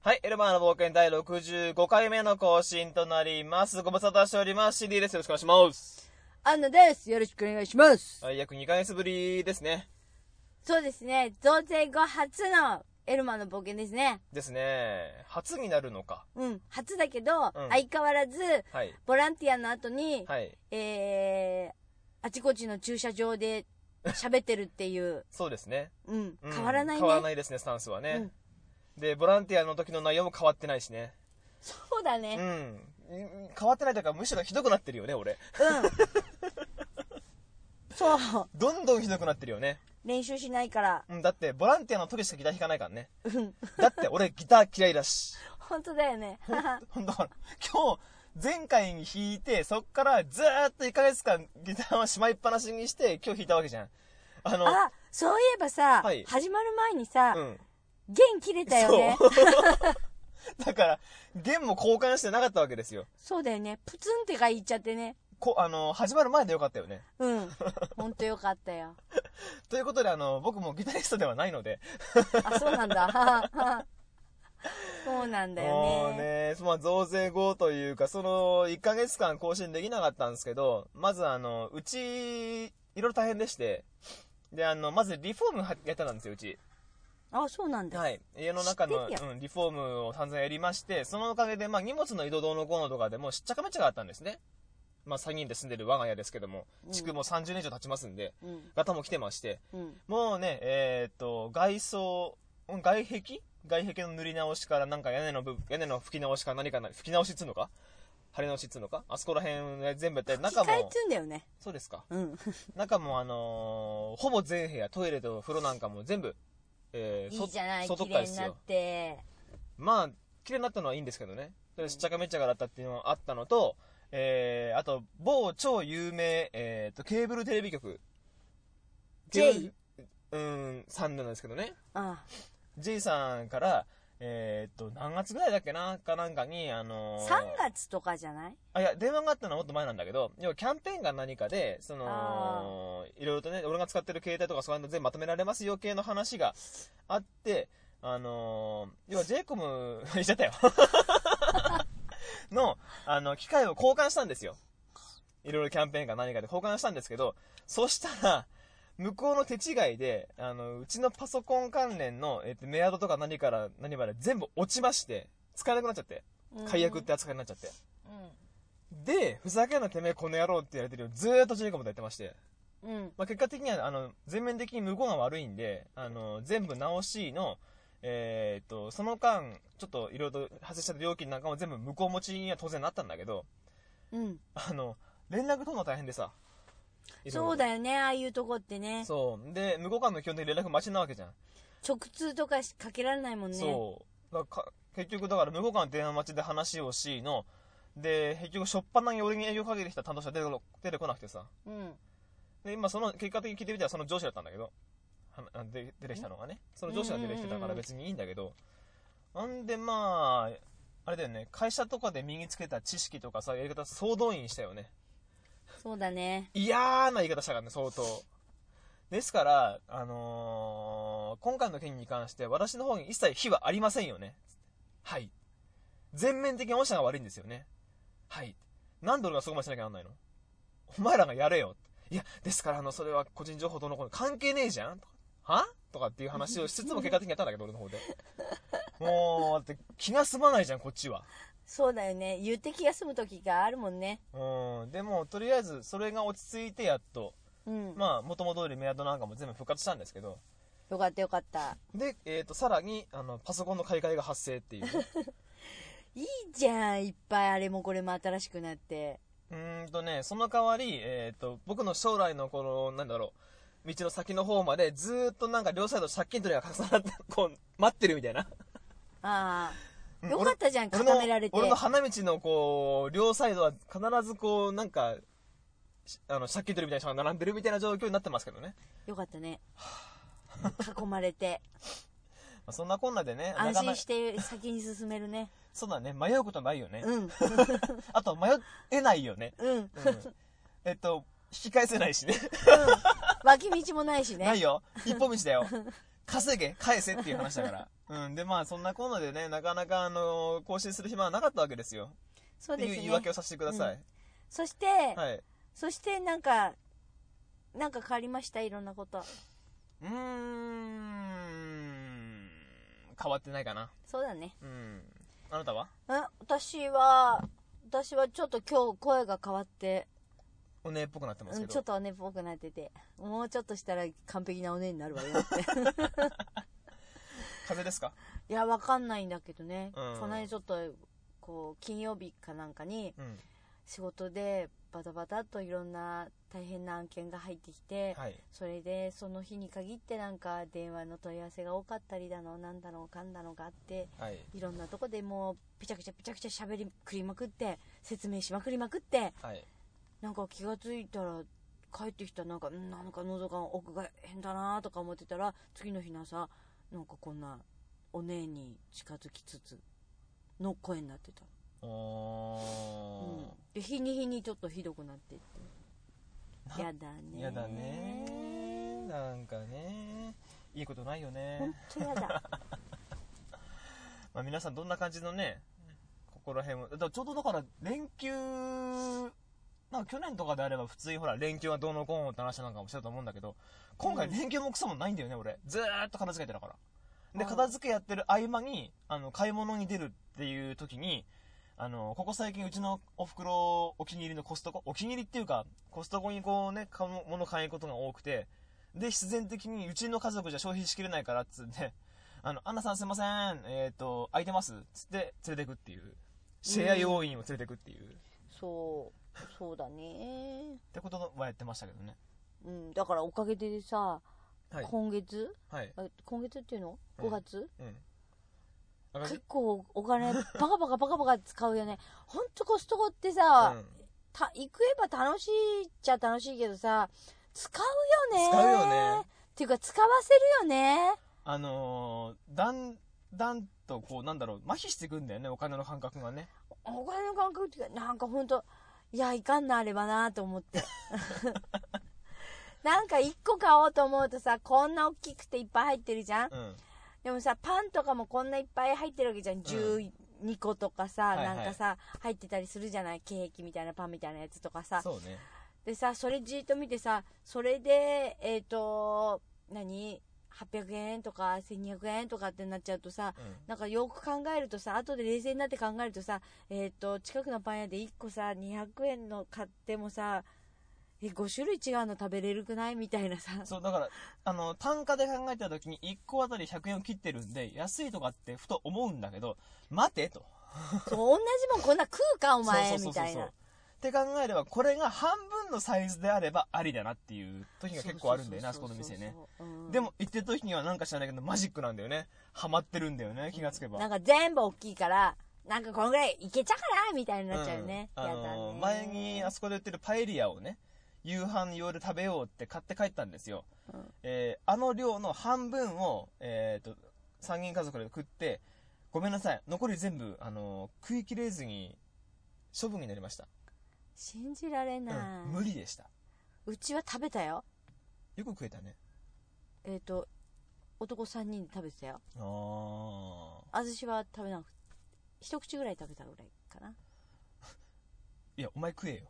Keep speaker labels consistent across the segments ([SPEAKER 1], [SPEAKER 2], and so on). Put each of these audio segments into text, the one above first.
[SPEAKER 1] はい、エルマーの冒険第65回目の更新となります。ご無沙汰しております。CD です。よろしくお願いします。
[SPEAKER 2] アンナです。よろしくお願いします。
[SPEAKER 1] はい、約2ヶ月ぶりですね。
[SPEAKER 2] そうですね。増税後初のエルマの冒険ですね。
[SPEAKER 1] ですね。初になるのか。
[SPEAKER 2] うん。初だけど、
[SPEAKER 1] うん
[SPEAKER 2] 相変わらず、
[SPEAKER 1] はい。
[SPEAKER 2] ボランティアの後に、
[SPEAKER 1] はい。
[SPEAKER 2] えー、あちこちの駐車場 で喋ってるっていう、
[SPEAKER 1] そうですね。
[SPEAKER 2] うん。
[SPEAKER 1] うん
[SPEAKER 2] 変わらないね。
[SPEAKER 1] 変わらないですね、スタンスはね。で、ボランティアの時の内容も変わってないしね。
[SPEAKER 2] そうだ
[SPEAKER 1] う
[SPEAKER 2] ね。
[SPEAKER 1] ん。うん変わってないというか、むしろひどくなってるよね、俺。
[SPEAKER 2] うん。そう。
[SPEAKER 1] どんどんひどくなってるよね。
[SPEAKER 2] 練習しないから。
[SPEAKER 1] うん、だって、ボランティアの時しかギター弾かないからね。
[SPEAKER 2] うん。
[SPEAKER 1] だって、俺ギター嫌いだし。
[SPEAKER 2] 本当だよね。
[SPEAKER 1] ほんとほら今日、前回に弾いて、そっからずーっと1ヶ月間ギターをしまいっぱなしにして、今日弾いたわけじゃん。あの、
[SPEAKER 2] あ、そういえばさ、
[SPEAKER 1] はい
[SPEAKER 2] 始まる前にさ、
[SPEAKER 1] うん。
[SPEAKER 2] 弦切れたよね。
[SPEAKER 1] そう。 だから、弦も交換してなかったわけですよ。
[SPEAKER 2] そうだよね。プツンってが言っちゃってね。
[SPEAKER 1] こあの、始まる前でよかったよね。
[SPEAKER 2] うん。ほんとよかったよ。
[SPEAKER 1] ということで、あの、僕もギタリストではないので、
[SPEAKER 2] あ、そうなんだ。そうなんだ
[SPEAKER 1] も
[SPEAKER 2] よ
[SPEAKER 1] う
[SPEAKER 2] ね。
[SPEAKER 1] ね、まあ、増税後というか、その、1ヶ月間更新できなかったんですけど、まずあの、うち、いろいろ大変でして、で、あの、まずリフォームはやったんですよ、うち。
[SPEAKER 2] あ、そうなんだ。
[SPEAKER 1] はい。家の中の
[SPEAKER 2] 知ってる、
[SPEAKER 1] うん、リフォームを散々やりまして、そのおかげで、まあ、荷物の移動どうのこうのとかでもうしっちゃかめっちゃかだったんですね。まあ、3人で住んでる我が家ですけども、
[SPEAKER 2] うん
[SPEAKER 1] 地区も30年以上経ちますんで、
[SPEAKER 2] うん。
[SPEAKER 1] ガタも来てまして、
[SPEAKER 2] うん。
[SPEAKER 1] もうね、えーっと、外装、うん外壁外壁の塗り直しから、なんか屋根の部分、屋根の吹き直しか何かな、吹き直しっつうのか張り直しっつうのかあそこら辺ね全部やって、
[SPEAKER 2] 機
[SPEAKER 1] 中
[SPEAKER 2] 械っ
[SPEAKER 1] も
[SPEAKER 2] つ、うんだよね。
[SPEAKER 1] そうですか。
[SPEAKER 2] うん。
[SPEAKER 1] 中もあのーほぼ全部屋、トイレと風呂なんかも全部、えー
[SPEAKER 2] いいじゃない、
[SPEAKER 1] 外
[SPEAKER 2] 綺
[SPEAKER 1] っか
[SPEAKER 2] 麗
[SPEAKER 1] で
[SPEAKER 2] に
[SPEAKER 1] す
[SPEAKER 2] な
[SPEAKER 1] よ
[SPEAKER 2] っ。て。
[SPEAKER 1] まあ、綺麗になったのはいいんですけどね。でしっちゃかめっちゃかだったっていうのがあったのと、えー、あと、某超有名、えー、と、ケーブルテレビ局。
[SPEAKER 2] J
[SPEAKER 1] うーん、さんなんですけどね。
[SPEAKER 2] あ
[SPEAKER 1] J さんから、えー、と、何月ぐらいだっけなかなんかに、あのー
[SPEAKER 2] 3月とかじゃない
[SPEAKER 1] あ、いや、電話があったのはもっと前なんだけど、要はキャンペーンが何かで、その
[SPEAKER 2] あ、
[SPEAKER 1] いろいろとね、俺が使ってる携帯とかそういうの全部まとめられますよ系の話があって、あのー要は j イコム 言っちゃったよ。の、あの、機械を交換したんですよ。いろいろキャンペーンか何かで交換したんですけど、そしたら、向こうの手違いで、あの、うちのパソコン関連の、えっと、メアドとか何から何まで全部落ちまして、使えなくなっちゃって。解約って扱いになっちゃって。で、ふざけんなてめえこの野郎って言われてるよ。ずーっとジェイコムとやってまして。
[SPEAKER 2] うん。うん。
[SPEAKER 1] まあ、結果的には、あの、全面的に向こうが悪いんで、あの、全部直しの、えーっと、その間、ちょっといろいろと発生した料金なんかも全部向こう持ちには当然なったんだけど、
[SPEAKER 2] うん。
[SPEAKER 1] あの、連絡取るの大変でさ。
[SPEAKER 2] そう
[SPEAKER 1] よ。
[SPEAKER 2] だよね、ああいうとこってね。
[SPEAKER 1] そう。で、向こう間の基本的に連絡待ちなわけじゃん。
[SPEAKER 2] 直通とかしかけられないもんね。
[SPEAKER 1] そう。だからか結局、だから向こう間の電話待ちで話をしの、で、結局、しょっぱなに俺に営業かけてきた担当者出てこ出てこなくてさ。
[SPEAKER 2] う。うん。
[SPEAKER 1] で、今その、結果的に聞いてみたらその上司だったんだけど、はあで出てきたのがね。その上司が出てきてたから別にいいんだけど、なんでまあ、あれだよね、会社とかで身につけた知識とかさ、やり方総動員したよね。
[SPEAKER 2] そうだね。
[SPEAKER 1] 嫌な言い方したからね、相当。ですから、あのー今回の件に関して私の方に一切非はありませんよね。はい。全面的に御社が悪いんですよね。はい。なんで俺がそこまでしなきゃなんないのお前らがやれよ。いや、ですから、あの、それは個人情報どうのこうの関係ねえじゃんとかはとかっていう話をしつつも結果的にやったんだけど、俺の方で。もう、だって気が済まないじゃん、こっちは。
[SPEAKER 2] そうだよね。言って気が済む時があるもんね。
[SPEAKER 1] うん。でも、とりあえず、それが落ち着いてやっと、
[SPEAKER 2] うん。
[SPEAKER 1] まあ、元々通りメアドなんかも全部復活したんですけど、
[SPEAKER 2] よかったよかった。
[SPEAKER 1] で、えっ、と、さらに、あの、パソコンの買い替えが発生 っていう。
[SPEAKER 2] いいじゃん。いっぱいあれもこれも新しくなって。
[SPEAKER 1] うーんとね、その代わり、えっ、と、僕の将来のこの、なんだろう、道の先の方まで、ずーっとなんか両サイド借金取りが重なって、こう、待ってるみたいな。
[SPEAKER 2] あ
[SPEAKER 1] う
[SPEAKER 2] あ。
[SPEAKER 1] ん
[SPEAKER 2] よかったじゃん、
[SPEAKER 1] 俺
[SPEAKER 2] 固められて。
[SPEAKER 1] 俺の、俺の花道のこう、両サイドは必ずこう、なんか、しあの、借金取りみたいな人が並んでるみたいな状況になってますけどね。
[SPEAKER 2] よかったね。囲まれて、
[SPEAKER 1] ま あ、そんなこんなでね、な
[SPEAKER 2] 安心
[SPEAKER 1] か
[SPEAKER 2] し
[SPEAKER 1] な
[SPEAKER 2] て先に進めるね。
[SPEAKER 1] そうだね、迷うことないよね。
[SPEAKER 2] うん。
[SPEAKER 1] あと、迷えないよね。
[SPEAKER 2] うん。
[SPEAKER 1] うん、えっと、引き返せないしね。
[SPEAKER 2] 脇道もないしね。
[SPEAKER 1] ないよ。一歩道だよ。稼げ返せっていう話だから。うん。で、まあ、そんなこんなでね、なかなか、あの更新する暇はなかったわけですよ。
[SPEAKER 2] そう
[SPEAKER 1] って
[SPEAKER 2] で
[SPEAKER 1] いう
[SPEAKER 2] す
[SPEAKER 1] 言い訳
[SPEAKER 2] ね
[SPEAKER 1] をさせてください。
[SPEAKER 2] そして、
[SPEAKER 1] はい。
[SPEAKER 2] そしてなんかなんか変わりましたいろんなこと
[SPEAKER 1] うーん。変わってないかな。
[SPEAKER 2] そうだね
[SPEAKER 1] うん。あなたは
[SPEAKER 2] え私は私はちょっと今日声が変わって、
[SPEAKER 1] おねえっぽくなってます
[SPEAKER 2] う
[SPEAKER 1] け
[SPEAKER 2] ん、
[SPEAKER 1] ど。
[SPEAKER 2] ちょっと姉っぽくなっててもうちょっとしたら完璧なお姉になるわよって
[SPEAKER 1] 風邪ですか
[SPEAKER 2] いやわかんないんだけどね、
[SPEAKER 1] うん
[SPEAKER 2] この間ちょっとこう金曜日かなんかに
[SPEAKER 1] うん。
[SPEAKER 2] 仕事でバタバタっといろんな大変な案件が入ってきて、
[SPEAKER 1] はい。
[SPEAKER 2] それでその日に限ってなんか電話の問い合わせが多かったりだのなんだのかんだのがあって
[SPEAKER 1] はい。
[SPEAKER 2] いろんなとこでもうピチャピチャピチャピチャ喋りくりまくって説明しまくりまくって
[SPEAKER 1] はい。
[SPEAKER 2] なんか気がついたら帰ってきたなんかうんなんか喉が奥が変だなとか思ってたら次の日の朝なんかこんなお姉に近づきつつの声になってた、う
[SPEAKER 1] お
[SPEAKER 2] ん、で日に日にちょっとひどくなってって
[SPEAKER 1] な
[SPEAKER 2] やだね
[SPEAKER 1] ー。やだねー。なんかねー。いいことないよね
[SPEAKER 2] ほんと やだ
[SPEAKER 1] まあ、皆さんどんな感じのね、ここら辺を、だからちょうどだから連休、なんか去年とかであれば普通にほら連休はどうのこうのって話なんかもしてたと思うんだけど、今回
[SPEAKER 2] うん
[SPEAKER 1] 連休もクソもないんだよね、俺。ずーっと片付けてたから。で、
[SPEAKER 2] あー
[SPEAKER 1] 片付けやってる合間に、あの、買い物に出るっていう時に、あの、ここ最近うちのお袋、お気に入りのコストコ、お気に入りっていうか、コストコにこうね、買うもの買えることが多くて、で、必然的にうちの家族じゃ消費しきれないからっつって、 あの、アンナさんすいません、えっ、と、空いてますっつって連れてくっていう。シェア要員を連れてくっていう。っ
[SPEAKER 2] そうそうだね
[SPEAKER 1] てことはやってましたけどね。
[SPEAKER 2] うんだからおかげでさ、
[SPEAKER 1] はい。
[SPEAKER 2] 今月
[SPEAKER 1] はい。
[SPEAKER 2] あ今月っていうの
[SPEAKER 1] うん
[SPEAKER 2] 5月、
[SPEAKER 1] うん。あが
[SPEAKER 2] 結構 お金バカバカバカバカ使うよねほんとコストコってさ、
[SPEAKER 1] うん
[SPEAKER 2] た行くえば楽しいっちゃ楽しいけどさ使うよね
[SPEAKER 1] 使うよね
[SPEAKER 2] っていうか使わせるよね
[SPEAKER 1] あのー、だんだんとこう、なんだろう、麻痺していくんだよね、お金の感覚がね。
[SPEAKER 2] お金の感覚っていうかなんかほんといやいかんなあればなと思って なんか1個買おうと思うとさこんな大きくていっぱい入ってるじゃん
[SPEAKER 1] うん。
[SPEAKER 2] でもさパンとかもこんないっぱい入ってるわけじゃん、12個とかさ、
[SPEAKER 1] はいはい
[SPEAKER 2] なんかさ入ってたりするじゃないケーキみたいなパンみたいなやつとかさ
[SPEAKER 1] そうね。
[SPEAKER 2] でさそれじーっと見てさそれでえっ、と何800円とか1200円とかってなっちゃうとさ
[SPEAKER 1] うん。
[SPEAKER 2] なんかよく考えるとさ後で冷静になって考えるとさえっ、と近くのパン屋で1個さ200円の買ってもさえ5種類違うの食べれるくないみたい なさ
[SPEAKER 1] そう、だから、あの、単価で考えた時に1個あたり100円を切ってるんで、安いとかってふと思うんだけど、待てと。
[SPEAKER 2] そう同じもんこんな食うかお前
[SPEAKER 1] そうそう
[SPEAKER 2] み
[SPEAKER 1] そう
[SPEAKER 2] た
[SPEAKER 1] そう
[SPEAKER 2] いな
[SPEAKER 1] って考えれば、これが半分のサイズであればありだなっていう時が結構あるんだよね、あそこの店ね。
[SPEAKER 2] そうそうそうそう。うん
[SPEAKER 1] でも、行ってる時にはなんか知らないけど、マジックなんだよね。ハマってるんだよね、気がつけば。
[SPEAKER 2] なんか全部大きいから、なんかこのぐらいいけちゃうかなみたいになっちゃうね。
[SPEAKER 1] うん
[SPEAKER 2] や
[SPEAKER 1] あ
[SPEAKER 2] だ
[SPEAKER 1] の
[SPEAKER 2] ね。
[SPEAKER 1] 前にあそこで売ってるパエリアをね夕飯用で食べようって買って帰ったんですよ、
[SPEAKER 2] うん
[SPEAKER 1] えーあの量の半分を、えー、と3人家族で食ってごめんなさい残り全部、あの食い切れずに処分になりました、
[SPEAKER 2] 信じられ
[SPEAKER 1] うん
[SPEAKER 2] ない。
[SPEAKER 1] 無理でした
[SPEAKER 2] うちは食べたよ。
[SPEAKER 1] よく食えたね
[SPEAKER 2] えっ、と、男3人で食べてたよ。
[SPEAKER 1] ああ
[SPEAKER 2] 私は食べなくて、一口ぐらい食べたぐらいかな。
[SPEAKER 1] いやお前食 えよ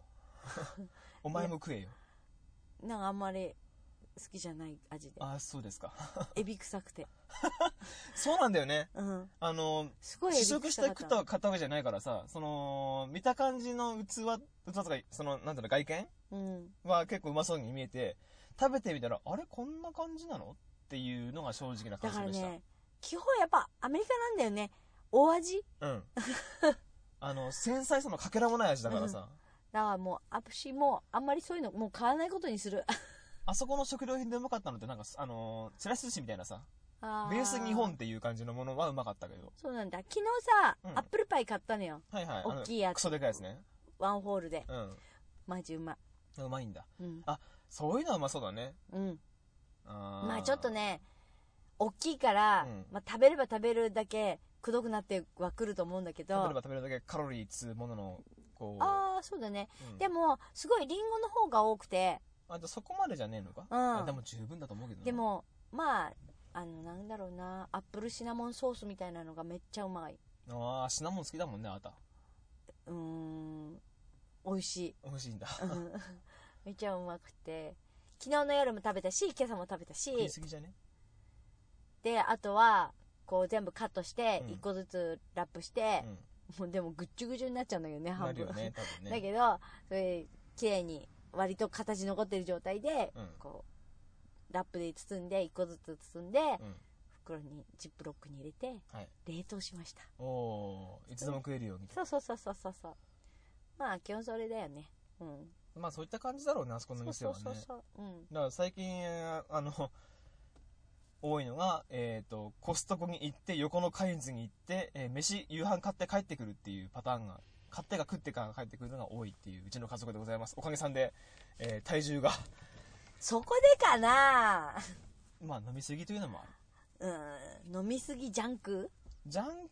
[SPEAKER 1] お前も食えよ
[SPEAKER 2] なんかあんまり好きじゃない味で。
[SPEAKER 1] ああそうですか
[SPEAKER 2] エビ臭くて。
[SPEAKER 1] そうなんだよね
[SPEAKER 2] うん。
[SPEAKER 1] あの
[SPEAKER 2] すごいエビ
[SPEAKER 1] 試
[SPEAKER 2] 臭
[SPEAKER 1] 食
[SPEAKER 2] かっ。
[SPEAKER 1] したて食った買ったわけじゃないからさその見た感じの器器とかそのなんていうの外見
[SPEAKER 2] うん。
[SPEAKER 1] は結構うまそうに見えて食べてみたらあれこんな感じなのっていうのが正直な
[SPEAKER 2] だ
[SPEAKER 1] 感
[SPEAKER 2] から
[SPEAKER 1] 想でした、
[SPEAKER 2] ね、基本やっぱアメリカなんだよね。お味
[SPEAKER 1] うん あの繊細さのかけらもない味だからさ、
[SPEAKER 2] だからもう、私もあんまりそういうのもう買わないことにする。
[SPEAKER 1] あそこの食料品でうまかったのってなんかあのちらし寿司みたいなさ
[SPEAKER 2] あ
[SPEAKER 1] ベース日本っていう感じのものはうまかったけど
[SPEAKER 2] そうなんだ昨日さ、
[SPEAKER 1] うん
[SPEAKER 2] アップルパイ買ったのよ
[SPEAKER 1] はいはいあの
[SPEAKER 2] 大きいやつ
[SPEAKER 1] クソでかいですね
[SPEAKER 2] ワンホールで
[SPEAKER 1] う
[SPEAKER 2] マジうまい
[SPEAKER 1] んうまいんだ
[SPEAKER 2] うん、
[SPEAKER 1] そういうのはうまそうだね
[SPEAKER 2] うん、
[SPEAKER 1] あー
[SPEAKER 2] まあちょっとね大きいから、
[SPEAKER 1] うん
[SPEAKER 2] まあ、食べれば食べるだけくどくなってはくると思うんだけど
[SPEAKER 1] 食べれば食べるだけカロリーっつうもののこう
[SPEAKER 2] ああそうだね、
[SPEAKER 1] うん
[SPEAKER 2] でもすごいリンゴの方が多くて
[SPEAKER 1] あ、じゃあそこまでじゃねえのか、
[SPEAKER 2] うん
[SPEAKER 1] あでも十分だと思うけどな
[SPEAKER 2] で、もまああのなんだろうなアップルシナモンソースみたいなのがめっちゃうまい
[SPEAKER 1] ああシナモン好きだもんねあなた
[SPEAKER 2] うーん美味しい
[SPEAKER 1] 美味しいんだ
[SPEAKER 2] うんめっちゃうまくて昨日の夜も食べたし今朝も食べたし
[SPEAKER 1] 食いすぎじゃね
[SPEAKER 2] であとはこう全部カットして
[SPEAKER 1] うん
[SPEAKER 2] 一個ずつラップして
[SPEAKER 1] う、ん
[SPEAKER 2] もうでもぐっちゅぐちゅになっちゃうんだけどね
[SPEAKER 1] な
[SPEAKER 2] 半
[SPEAKER 1] る
[SPEAKER 2] 分
[SPEAKER 1] よね多分ね
[SPEAKER 2] だけどそれ綺麗に割と形残ってる状態で、
[SPEAKER 1] うん
[SPEAKER 2] こうラップで包んで一個ずつ包んで、
[SPEAKER 1] うん
[SPEAKER 2] 袋にジップロックに入れて
[SPEAKER 1] はい
[SPEAKER 2] 冷凍しました
[SPEAKER 1] おおーいつでも食えるよみたい
[SPEAKER 2] そうそうそうそうそうそうまあ基本それだよねうん
[SPEAKER 1] なまあそういった感じだろうねあそこの
[SPEAKER 2] そう
[SPEAKER 1] 店
[SPEAKER 2] そ
[SPEAKER 1] は
[SPEAKER 2] う
[SPEAKER 1] ね
[SPEAKER 2] そうそううん
[SPEAKER 1] だから最近あの多いのが、えー、とコストコに行って横のカインズに行って、えー飯夕飯買って帰ってくるっていうパターンが買ってか食ってか帰ってくるのが多いっていううちの家族でございますおかげさんで、えー体重が
[SPEAKER 2] そこでかな
[SPEAKER 1] まあ飲み過ぎというのもある
[SPEAKER 2] うん飲みすぎジャンク
[SPEAKER 1] ジャン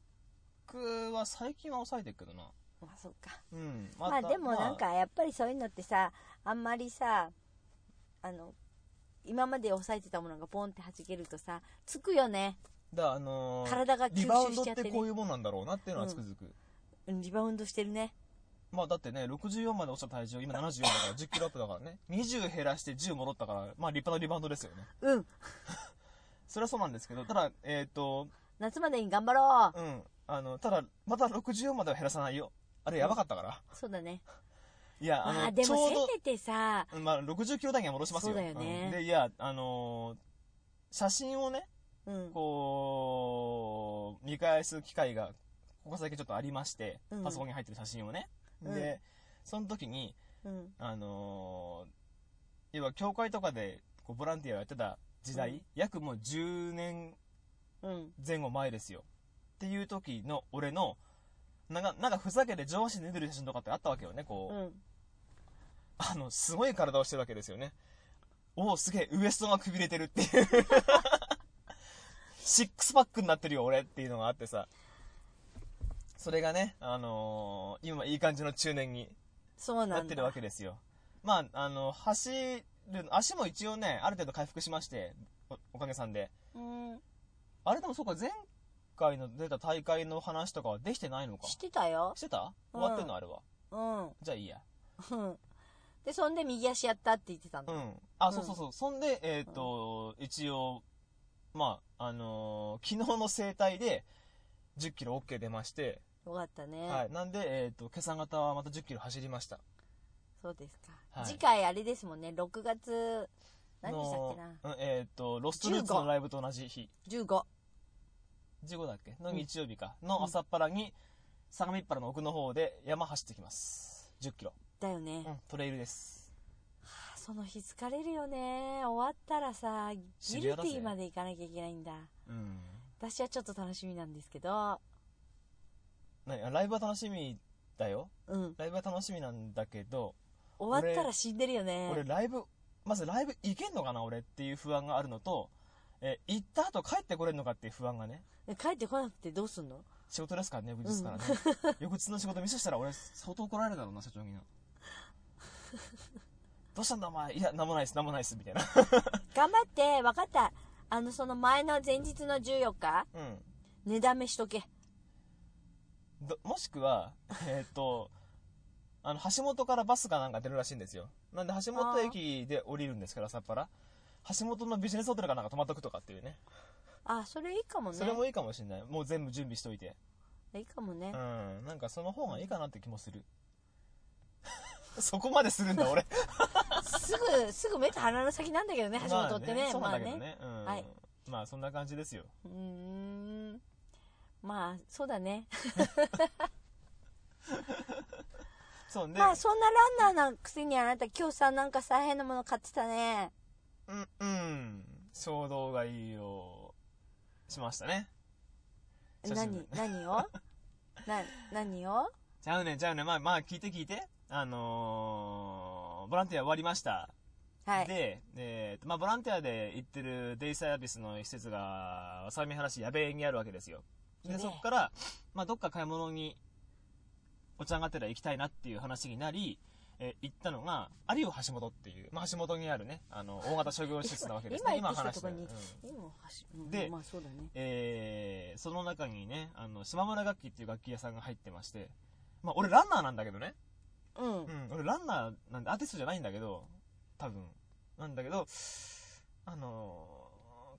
[SPEAKER 1] クは最近は抑えてるけどな
[SPEAKER 2] まあそっか
[SPEAKER 1] うんま
[SPEAKER 2] まあでもなん
[SPEAKER 1] ま
[SPEAKER 2] かやっぱりそういうのってさあんまりさあの今まで抑えてたものがポンって弾けるとさつくよね
[SPEAKER 1] あだからあのー
[SPEAKER 2] 体が吸
[SPEAKER 1] リバウ
[SPEAKER 2] 収
[SPEAKER 1] ン
[SPEAKER 2] し
[SPEAKER 1] ドっ
[SPEAKER 2] ちゃって
[SPEAKER 1] て
[SPEAKER 2] ね
[SPEAKER 1] こういうもんなんだろうなっていうのはつくづく、
[SPEAKER 2] うんリバウンドしてるね
[SPEAKER 1] まあだってね、64まで落ちた体重、今74だから10キロアップだからね。20減らして10戻ったから、まあ立派なリバウンドですよね。
[SPEAKER 2] うん
[SPEAKER 1] それはそうなんですけど、ただ、えっ、と、
[SPEAKER 2] 夏までに頑張ろう
[SPEAKER 1] うん、あの、ただ、まだ64までは減らさないよ。あれやばかったから。
[SPEAKER 2] そうだね
[SPEAKER 1] いや、あの、
[SPEAKER 2] まあで
[SPEAKER 1] ちょ
[SPEAKER 2] も
[SPEAKER 1] う
[SPEAKER 2] せめてさ
[SPEAKER 1] ど、まあ60キロ台には戻しますよ。
[SPEAKER 2] そうだよね
[SPEAKER 1] んで、いや、あのー写真をね、
[SPEAKER 2] うん
[SPEAKER 1] こう、見返す機会が、ここ最近ちょっとありまして、
[SPEAKER 2] うん
[SPEAKER 1] パソコンに入ってる写真をね。
[SPEAKER 2] うん
[SPEAKER 1] で、その時に、
[SPEAKER 2] うん
[SPEAKER 1] あのー要は教会とかでこうボランティアをやってた時代、
[SPEAKER 2] うん
[SPEAKER 1] 約もう10年
[SPEAKER 2] うん
[SPEAKER 1] 前後前ですよっていう時の俺のなんかなんかふざけて上半身脱いでる写真とかってあったわけよねこう、
[SPEAKER 2] うん
[SPEAKER 1] あのすごい体をしてるわけですよねおおすげえウエストがくびれてるっていう シックスパックになってるよ俺っていうのがあってさそれがね、あのー今いい感じの中年に
[SPEAKER 2] そう
[SPEAKER 1] な
[SPEAKER 2] な
[SPEAKER 1] っ
[SPEAKER 2] ん
[SPEAKER 1] てるわ
[SPEAKER 2] だ
[SPEAKER 1] けですよ。まあ、あの、走る、足も一応ね、ある程度回復しまして、おおかげさんで。
[SPEAKER 2] うん
[SPEAKER 1] あれでもそうか、前回の出た大会の話とかはできてないのか。
[SPEAKER 2] し
[SPEAKER 1] して
[SPEAKER 2] たよ
[SPEAKER 1] てた
[SPEAKER 2] うん
[SPEAKER 1] 終わってんの、あれは。
[SPEAKER 2] うん
[SPEAKER 1] じゃあいいや。
[SPEAKER 2] うんでそんで右足やったって言ってたん
[SPEAKER 1] う
[SPEAKER 2] だ
[SPEAKER 1] ん。あ、
[SPEAKER 2] うん
[SPEAKER 1] そうそうそう。そんで、えっ、と、一応、まあ、あのー昨日の整体で、10キロ OK 出まして、
[SPEAKER 2] よかったね
[SPEAKER 1] はい。なんで、えっ、と、今朝方はまた10キロ走りました。
[SPEAKER 2] そうですか、
[SPEAKER 1] はい
[SPEAKER 2] 次回あれですもんね6月何でしたっけな
[SPEAKER 1] のうんえっ、と、ロストルーツのライブと同じ日。
[SPEAKER 2] 15
[SPEAKER 1] 15だっけの
[SPEAKER 2] うん
[SPEAKER 1] 日曜日か、の朝っぱらに相模原の奥の方で山走ってきます1 0キロ、
[SPEAKER 2] だよね、
[SPEAKER 1] うん、トレイルです
[SPEAKER 2] はあその日疲れるよね終わったらさギ
[SPEAKER 1] 渋
[SPEAKER 2] ル
[SPEAKER 1] 谷だぜ
[SPEAKER 2] ティまで行かなきゃいけないんだ
[SPEAKER 1] うん
[SPEAKER 2] 私はちょっと楽しみなんですけど
[SPEAKER 1] なライブは楽しみだよ
[SPEAKER 2] うん
[SPEAKER 1] ライブは楽しみなんだけど、
[SPEAKER 2] 終わったら死んでるよ
[SPEAKER 1] 俺
[SPEAKER 2] ね
[SPEAKER 1] ライブまずライブ行けんのかな俺っていう不安があるのと、えー行った後帰ってこれるのかっていう不安がね
[SPEAKER 2] 帰ってこなくてどうすんの
[SPEAKER 1] 仕事ですからね翌日からね、 翌日の仕事ミスしたら俺相当怒られるだろうな社 長になどうしたんだお前いや何もないです何もないですみたいな
[SPEAKER 2] 頑張って分かったあのその前の前日の14日
[SPEAKER 1] うん
[SPEAKER 2] 寝だめしとけ
[SPEAKER 1] どもしくは、えーっと、あの、橋本からバスがなんか出るらしいんですよ。なんで、橋本駅で降りるんですから、朝っぱら。橋本のビジネスホテルかなんか泊まっとくとかっていうね。
[SPEAKER 2] あそれいいかもね
[SPEAKER 1] それもいいかもしれない。もう全部準備しといて。
[SPEAKER 2] いいかもね
[SPEAKER 1] う、ん。なんかその方がいいかなって気もする。 そこまでするんだ、俺。
[SPEAKER 2] すぐすぐ目と鼻の先なんだけど ね橋本ってね,、
[SPEAKER 1] そう
[SPEAKER 2] ま
[SPEAKER 1] な
[SPEAKER 2] あ
[SPEAKER 1] んだけど
[SPEAKER 2] ね
[SPEAKER 1] ね。うん。
[SPEAKER 2] はい
[SPEAKER 1] まあ、そんな感じですよ。
[SPEAKER 2] うーんまあそうだね
[SPEAKER 1] そうね。
[SPEAKER 2] まあそんなランナーなくせにあなた今日さなんかさ変なもの買ってたね
[SPEAKER 1] うん、うん。衝動買いをしましたね。久しぶり
[SPEAKER 2] 何何 をな何を
[SPEAKER 1] ちゃうねん、ちゃうねん。まあ、まあ、聞いて聞いて。あのーボランティア終わりました。
[SPEAKER 2] はい
[SPEAKER 1] で、えーとまあ、ボランティアで行ってるデイサービスの施設が、相模原市矢部にあるわけですよ。
[SPEAKER 2] や
[SPEAKER 1] で、
[SPEAKER 2] べえ
[SPEAKER 1] そこから、まあ、どっか買い物に、お茶がてら行きたいなっていう話になり、えー行ったのが、有尾橋本っていう、まあ、橋本にあるね、あの、大型商業施設なわけですね。
[SPEAKER 2] 今今言ってきたとこに
[SPEAKER 1] 話したようん
[SPEAKER 2] 今走うん
[SPEAKER 1] で
[SPEAKER 2] まあそうだね
[SPEAKER 1] えーその中にね、あの、島村楽器っていう楽器屋さんが入ってまして、まあ、俺ランナーなんだけどね。
[SPEAKER 2] うん
[SPEAKER 1] うん、俺ランナーなんで、アーティストじゃないんだけど、多分。なんだけど、あの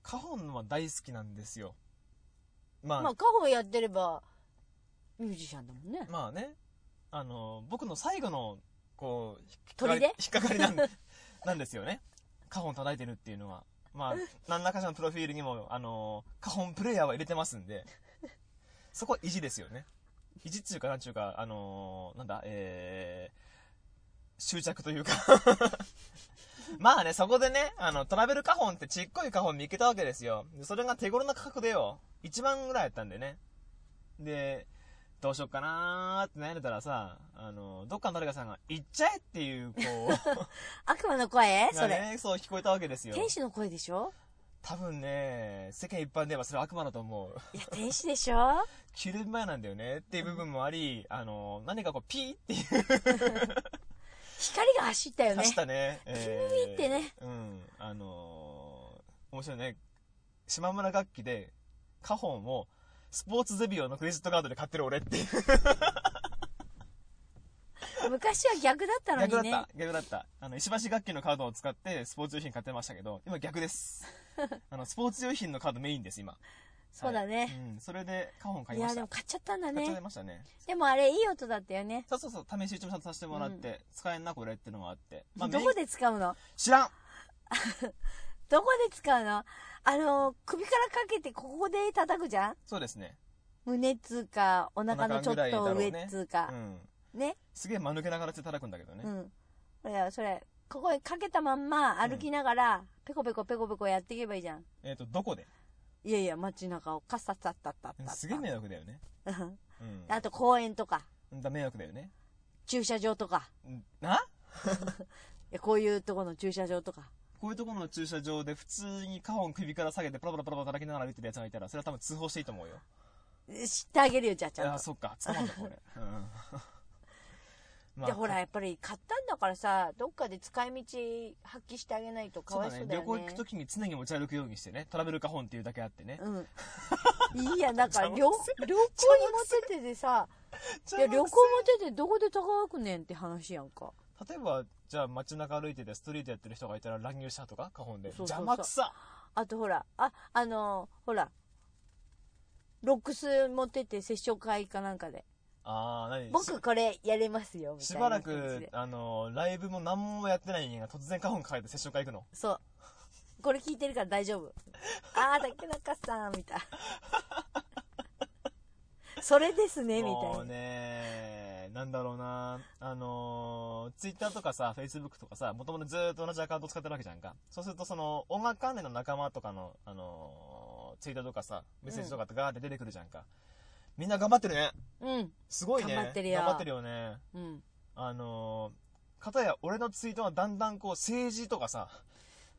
[SPEAKER 1] ー、カホンは大好きなんですよ。まあ、
[SPEAKER 2] ま
[SPEAKER 1] ま
[SPEAKER 2] あカホンやってればミュージシャンだもんね
[SPEAKER 1] あ、ね、あのー僕の最後の、こう、
[SPEAKER 2] 鳥で
[SPEAKER 1] 引っかかりなん なんですよね。カホン叩いてるっていうのは。まあ、何らかしらのプロフィールにも、あのー、カホンプレイヤーは入れてますんで、そこは意地ですよね。意地っていうか、なんちゅうか、あのーなんだ、えー、執着というか。 まあね、そこでね、あの、トラベルカホンってちっこいカホン見つけたわけですよ。でそれが手頃な価格でよ、1万ぐらいやったんでね。で、どうしよっかなーって悩んでたらさ、あの、どっかの誰かさんが、行っちゃえっていう、こう、
[SPEAKER 2] 悪魔の声 そ
[SPEAKER 1] が
[SPEAKER 2] れ
[SPEAKER 1] ね、そう聞こえたわけですよ。
[SPEAKER 2] 天使の声でしょ
[SPEAKER 1] 多分ね、世間一般で言えばそれは悪魔だと思う。
[SPEAKER 2] いや天使でしょ
[SPEAKER 1] 9年前なんだよねっていう部分もあり、あの、何かこう、ピーっていう
[SPEAKER 2] 光が走ったよね
[SPEAKER 1] 走った ね。えー
[SPEAKER 2] ピーってね。
[SPEAKER 1] うん。あのー面白いね。島村楽器で、カホンを、スポーツゼビオのクレジットカードで買ってる俺っていう。
[SPEAKER 2] 昔は逆だったの
[SPEAKER 1] 逆だ
[SPEAKER 2] に
[SPEAKER 1] っ
[SPEAKER 2] ね
[SPEAKER 1] た。逆だった。あの、石橋楽器のカードを使って、スポーツ用品買ってましたけど、今逆 です。あの、スポーツ用品のカードメインです、今。
[SPEAKER 2] そうだね、
[SPEAKER 1] うん。それで、カホン買い
[SPEAKER 2] い
[SPEAKER 1] ま
[SPEAKER 2] や
[SPEAKER 1] し
[SPEAKER 2] で
[SPEAKER 1] た
[SPEAKER 2] も。買っちゃったんだ
[SPEAKER 1] 買っちゃ
[SPEAKER 2] ね
[SPEAKER 1] いましたね。
[SPEAKER 2] でもあれいい音だったよね
[SPEAKER 1] そうそうそう、試し打ちもちゃんとさせてもらって、
[SPEAKER 2] う
[SPEAKER 1] 使えんな、これってのがあって。
[SPEAKER 2] どこ
[SPEAKER 1] メイン
[SPEAKER 2] で使うの
[SPEAKER 1] 知らん
[SPEAKER 2] どこで使うのあの、首からかけてここで叩くじゃん
[SPEAKER 1] そうですね。
[SPEAKER 2] 胸つうか、お腹のちょっ
[SPEAKER 1] お腹ぐらいだろ
[SPEAKER 2] と
[SPEAKER 1] うね
[SPEAKER 2] 上つう
[SPEAKER 1] う
[SPEAKER 2] か。
[SPEAKER 1] ん。
[SPEAKER 2] ね。
[SPEAKER 1] すげえ間抜けな形で叩くんだけどね。
[SPEAKER 2] うん。これ、それ、ここにかけたまんま歩きながら、ペコペコペコペコやっていけばいいじゃん。
[SPEAKER 1] えっ、と、どこで
[SPEAKER 2] いやいや、街中をカッサッサッサッサッサッサッ。
[SPEAKER 1] すげえ迷惑だよね。
[SPEAKER 2] うん
[SPEAKER 1] うん。
[SPEAKER 2] あと公園とか、
[SPEAKER 1] だ迷惑だよね。
[SPEAKER 2] 駐車場とか、
[SPEAKER 1] んない
[SPEAKER 2] やこういうとこの駐車場とか。
[SPEAKER 1] こういうところの駐車場で普通にカホン首から下げてパラパラパラパラ叩きながら歩いてるやつがいたら、それは多分通報していいと思うよ。
[SPEAKER 2] 知ってあげるよ、じゃあちゃんと
[SPEAKER 1] あ、。そっか。捕まんだ、こ れ。うん。 ま
[SPEAKER 2] でほらやっぱり買ったんだからさどっかで使い道発揮してあげないとか
[SPEAKER 1] そう
[SPEAKER 2] わ
[SPEAKER 1] だ
[SPEAKER 2] いそうだ
[SPEAKER 1] ね
[SPEAKER 2] よ。ね
[SPEAKER 1] 旅行行くときに常に持ち歩くようにしてね。トラベルカホンっていうだけあってね。
[SPEAKER 2] うん。いいや、なんか、
[SPEAKER 1] 邪
[SPEAKER 2] 旅、
[SPEAKER 1] 魔
[SPEAKER 2] 旅行に持ってててさ、いや、旅行持っててどこで高くねんって話やんか。
[SPEAKER 1] 例えば、じゃあ街中歩いててストリートやってる人がいたら乱入したとか、カホンで。
[SPEAKER 2] そうそうそう
[SPEAKER 1] 邪魔くさ
[SPEAKER 2] あとほら、あ、あのーほら、ロックス持ってて接触会かなんかで、
[SPEAKER 1] あー、何
[SPEAKER 2] 僕これやれますよ、み
[SPEAKER 1] した
[SPEAKER 2] い
[SPEAKER 1] ば
[SPEAKER 2] な
[SPEAKER 1] ら
[SPEAKER 2] 感じで。
[SPEAKER 1] く、あの、ライブも何もやってない人間が突然カホン抱えて接触会行くの。
[SPEAKER 2] そう。これ聞いてるから大丈夫。あー、竹中さん、みたい な。それですね、みたい
[SPEAKER 1] も
[SPEAKER 2] な。
[SPEAKER 1] うね、なんだろうな、あのー、ツイッターとかさ、フェイスブックとかさ、もともとずーっと同じアカウント使ってるわけじゃんか。そうすると、その、音楽関連の仲間とかの、あのー、ツイートとかさ、メッセージとかってガーって出てくるじゃんか。みんな頑張ってるね。
[SPEAKER 2] うん。
[SPEAKER 1] すごいね。
[SPEAKER 2] 頑張ってるよ
[SPEAKER 1] 頑張ってるよね。
[SPEAKER 2] うん。
[SPEAKER 1] あのー、かたや俺のツイートはだんだんこう、政治とかさ、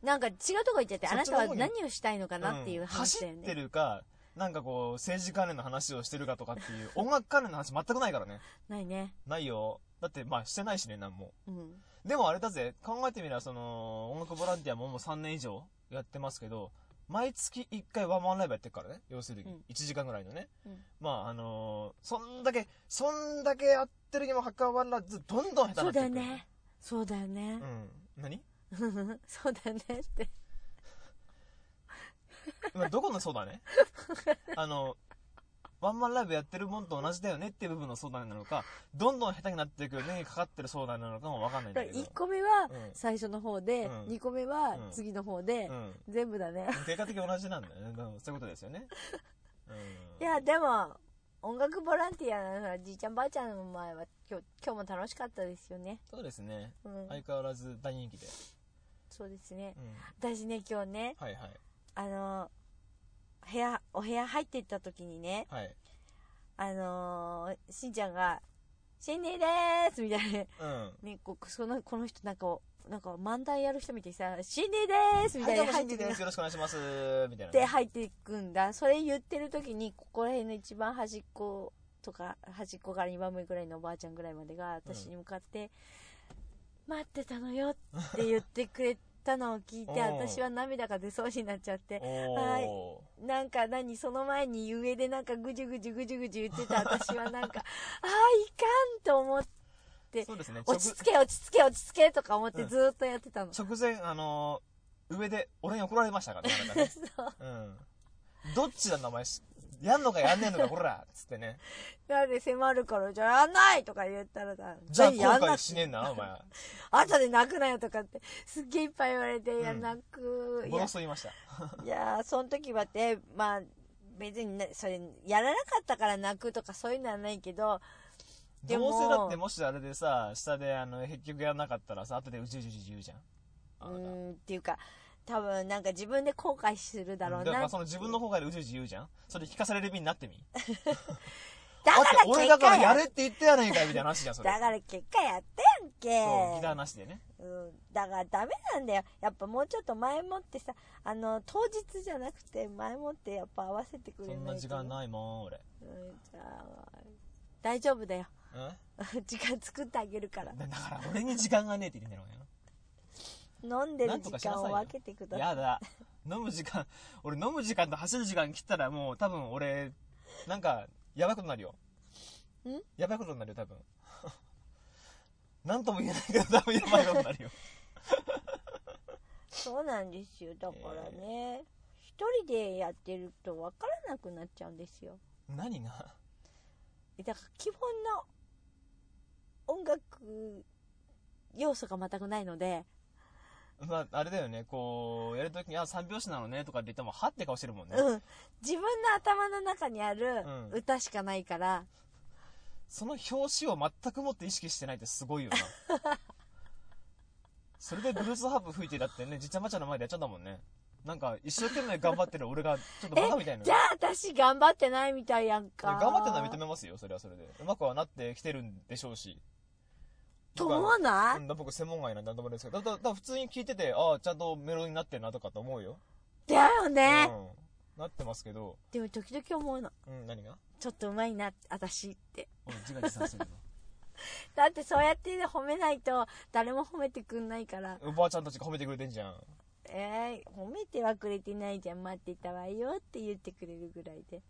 [SPEAKER 2] なんか違うとこ行っちゃって、あなた
[SPEAKER 1] そ
[SPEAKER 2] は
[SPEAKER 1] っちの方に
[SPEAKER 2] 何をしたいのかなっていう話
[SPEAKER 1] 走
[SPEAKER 2] だ
[SPEAKER 1] っ
[SPEAKER 2] よね。
[SPEAKER 1] てるか、なんかこう、政治関連の話をしてるかとかっていう、音楽関連の話全くないからね。
[SPEAKER 2] ないね。
[SPEAKER 1] ないよ。だって、まあ、してないしね、なんも。
[SPEAKER 2] うん。
[SPEAKER 1] でもあれだぜ、考えてみれば、その、音楽ボランティアももう3年以上やってますけど、毎月1回ワンマンライブやってるからね。要するに
[SPEAKER 2] うん、
[SPEAKER 1] 1時間ぐらいのね。
[SPEAKER 2] うん
[SPEAKER 1] まあ、あのーそんだけ、そんだけやってるにもかかわらず、どんどん下手に
[SPEAKER 2] そ
[SPEAKER 1] な
[SPEAKER 2] う
[SPEAKER 1] ってくる。
[SPEAKER 2] だよね。そうだよね。
[SPEAKER 1] うん。何
[SPEAKER 2] そうだよねって。
[SPEAKER 1] 今、どこのそうだ ねあの、ワンマンライブやってるもんと同じだよねっていう部分の相談なのか、どんどん下手になっていく目にかかってる相談なのかもわかんないんだけど。
[SPEAKER 2] 1個目は
[SPEAKER 1] うん
[SPEAKER 2] 最初の方で、
[SPEAKER 1] うん
[SPEAKER 2] 2個目は
[SPEAKER 1] うん
[SPEAKER 2] 次の方で
[SPEAKER 1] う、ん。
[SPEAKER 2] 全部だね。
[SPEAKER 1] 結果的に同じなんだよね。でもそういうことですよね。うん
[SPEAKER 2] いや、でも、音楽ボランティアのじいちゃんばあちゃんの前は今日、今日も楽しかったですよね。
[SPEAKER 1] そうですね。
[SPEAKER 2] うん。
[SPEAKER 1] 相変わらず大人気で。
[SPEAKER 2] そうですね
[SPEAKER 1] う。ん。
[SPEAKER 2] 私ね、今日ね、
[SPEAKER 1] はいはい。
[SPEAKER 2] あの、部屋、お部屋入ってった時にね、
[SPEAKER 1] はい。
[SPEAKER 2] あのーしんちゃんが、しんにでーすみたいな ね。
[SPEAKER 1] うん。
[SPEAKER 2] ね、こそのこの人なんかなんか漫談やる人みたいにさ「死んででーす」み
[SPEAKER 1] は
[SPEAKER 2] た
[SPEAKER 1] い、
[SPEAKER 2] い
[SPEAKER 1] ど
[SPEAKER 2] な
[SPEAKER 1] うも、
[SPEAKER 2] 入
[SPEAKER 1] 新
[SPEAKER 2] っ
[SPEAKER 1] 規
[SPEAKER 2] てくる
[SPEAKER 1] です。よろしくお願いします。みたいなね。
[SPEAKER 2] で入っていくんだそれ言ってる時にここら辺の一番端っことか端っこから2番目ぐらいのおばあちゃんぐらいまでが私に向かって「待ってたのよって言ってくれたのを聞いて、
[SPEAKER 1] うん
[SPEAKER 2] 私は涙が出そうになっちゃって、
[SPEAKER 1] お
[SPEAKER 2] はい
[SPEAKER 1] お
[SPEAKER 2] なんか何その前に上でなんかぐじゅぐじゅぐじゅぐじゅ言ってた私はなんか、 ああ、いかんと思っ
[SPEAKER 1] ー。
[SPEAKER 2] て、
[SPEAKER 1] そうですね。
[SPEAKER 2] 落ち着け落ち着け落ち着けとか思ってずーっとやってたの。
[SPEAKER 1] 直直前、あのー上で俺に怒られましたからね。なんか ねうん。どっちなんだお前、しやんのかやんねえのか、こらつってね。
[SPEAKER 2] なんで迫るから、じゃあやんないとか言ったらさ、
[SPEAKER 1] じゃあ
[SPEAKER 2] 何や
[SPEAKER 1] 後
[SPEAKER 2] んな
[SPEAKER 1] 悔しねえんだな、お前。
[SPEAKER 2] 後で泣くなよとかって、すっげえいっぱい言われて、いや、
[SPEAKER 1] うん
[SPEAKER 2] 泣く。い
[SPEAKER 1] ボ
[SPEAKER 2] や
[SPEAKER 1] ロク、ソ言いました。
[SPEAKER 2] いやその時はって、まあ、別にね、それ、やらなかったから泣くとかそういうのはないけど、でも
[SPEAKER 1] どうせだってもしあれでさ、下であの、結局やらなかったらさ、後でうじうじうじ言うじゃん。
[SPEAKER 2] う
[SPEAKER 1] あなた
[SPEAKER 2] ーん、っていうか、多分なんか自分で後悔するだろう
[SPEAKER 1] だか
[SPEAKER 2] な。
[SPEAKER 1] らその自分の方からうじうじ言うじゃんそれ聞かされる身になってみ
[SPEAKER 2] だ
[SPEAKER 1] だ
[SPEAKER 2] か
[SPEAKER 1] っ
[SPEAKER 2] ら
[SPEAKER 1] て俺だ
[SPEAKER 2] 結
[SPEAKER 1] から
[SPEAKER 2] 果
[SPEAKER 1] やれって言ったやないかいみたいな話じゃんそれ
[SPEAKER 2] だから結果やって
[SPEAKER 1] そう
[SPEAKER 2] やん
[SPEAKER 1] ギ
[SPEAKER 2] け
[SPEAKER 1] ター。なしでね
[SPEAKER 2] うん、だからダメなんだよやっぱもうちょっと前もってさあの当日じゃなくて前もってやっぱ合わせてく
[SPEAKER 1] そ
[SPEAKER 2] れない
[SPEAKER 1] ん
[SPEAKER 2] と
[SPEAKER 1] な時間ないもん俺
[SPEAKER 2] うん、じゃあ大丈夫だよ
[SPEAKER 1] う
[SPEAKER 2] 時間作ってあげるから
[SPEAKER 1] んだから俺に時間がねえって言ってんだろ
[SPEAKER 2] 飲んで
[SPEAKER 1] な
[SPEAKER 2] る
[SPEAKER 1] んと
[SPEAKER 2] 時
[SPEAKER 1] かしな
[SPEAKER 2] 間
[SPEAKER 1] さいよ
[SPEAKER 2] を分けてくだ
[SPEAKER 1] う
[SPEAKER 2] さい
[SPEAKER 1] やだ飲む時間俺飲む時間と走る時間切ったらもう多分俺なんかやばいことになるよ
[SPEAKER 2] ん
[SPEAKER 1] やばいことになるよ多分 なんとも言えないけど多分やばいことになるよ
[SPEAKER 2] そうなんですよだからね、一人でやってると分からなくなっちゃうんですよ
[SPEAKER 1] 何が
[SPEAKER 2] だから基本の音楽要素が全くないので
[SPEAKER 1] まあ、あれだよね、こう、やるときに、あ、三拍子なのね、とかって言っても、はって顔してるもんね。
[SPEAKER 2] うん、自分の頭の中にある
[SPEAKER 1] うん
[SPEAKER 2] 歌しかないから、
[SPEAKER 1] その表紙を全くもって意識してないってすごいよな。 それでブルースハープ吹いてだってね、じっちゃまちゃの前でやっちゃったもんね。なんか、一生懸命頑張ってる俺が、ちょっとバカみたいな。
[SPEAKER 2] じゃあ私頑張ってないみたいやんか
[SPEAKER 1] 頑張ってるのは認めますよ、それはそれで。うまくはなってきてるんでしょうし。
[SPEAKER 2] と思わない、
[SPEAKER 1] うん、だ僕専門外なんでなんともあれですけど、だだだから普通に聞いてて、ああ、ちゃんとメロディーになってるなとかと思うよ。
[SPEAKER 2] だよね、
[SPEAKER 1] うん。なってますけど、
[SPEAKER 2] でも時々思うの
[SPEAKER 1] うん、何が
[SPEAKER 2] ちょっと上手いな私って
[SPEAKER 1] うん、自画自賛してるの。
[SPEAKER 2] だってそうやって褒めないと誰も褒めてくんないから
[SPEAKER 1] おばあちゃんたちが褒めてくれてんじゃん。
[SPEAKER 2] えー、褒めてはくれてないじゃん待ってたわよって言ってくれるぐらいで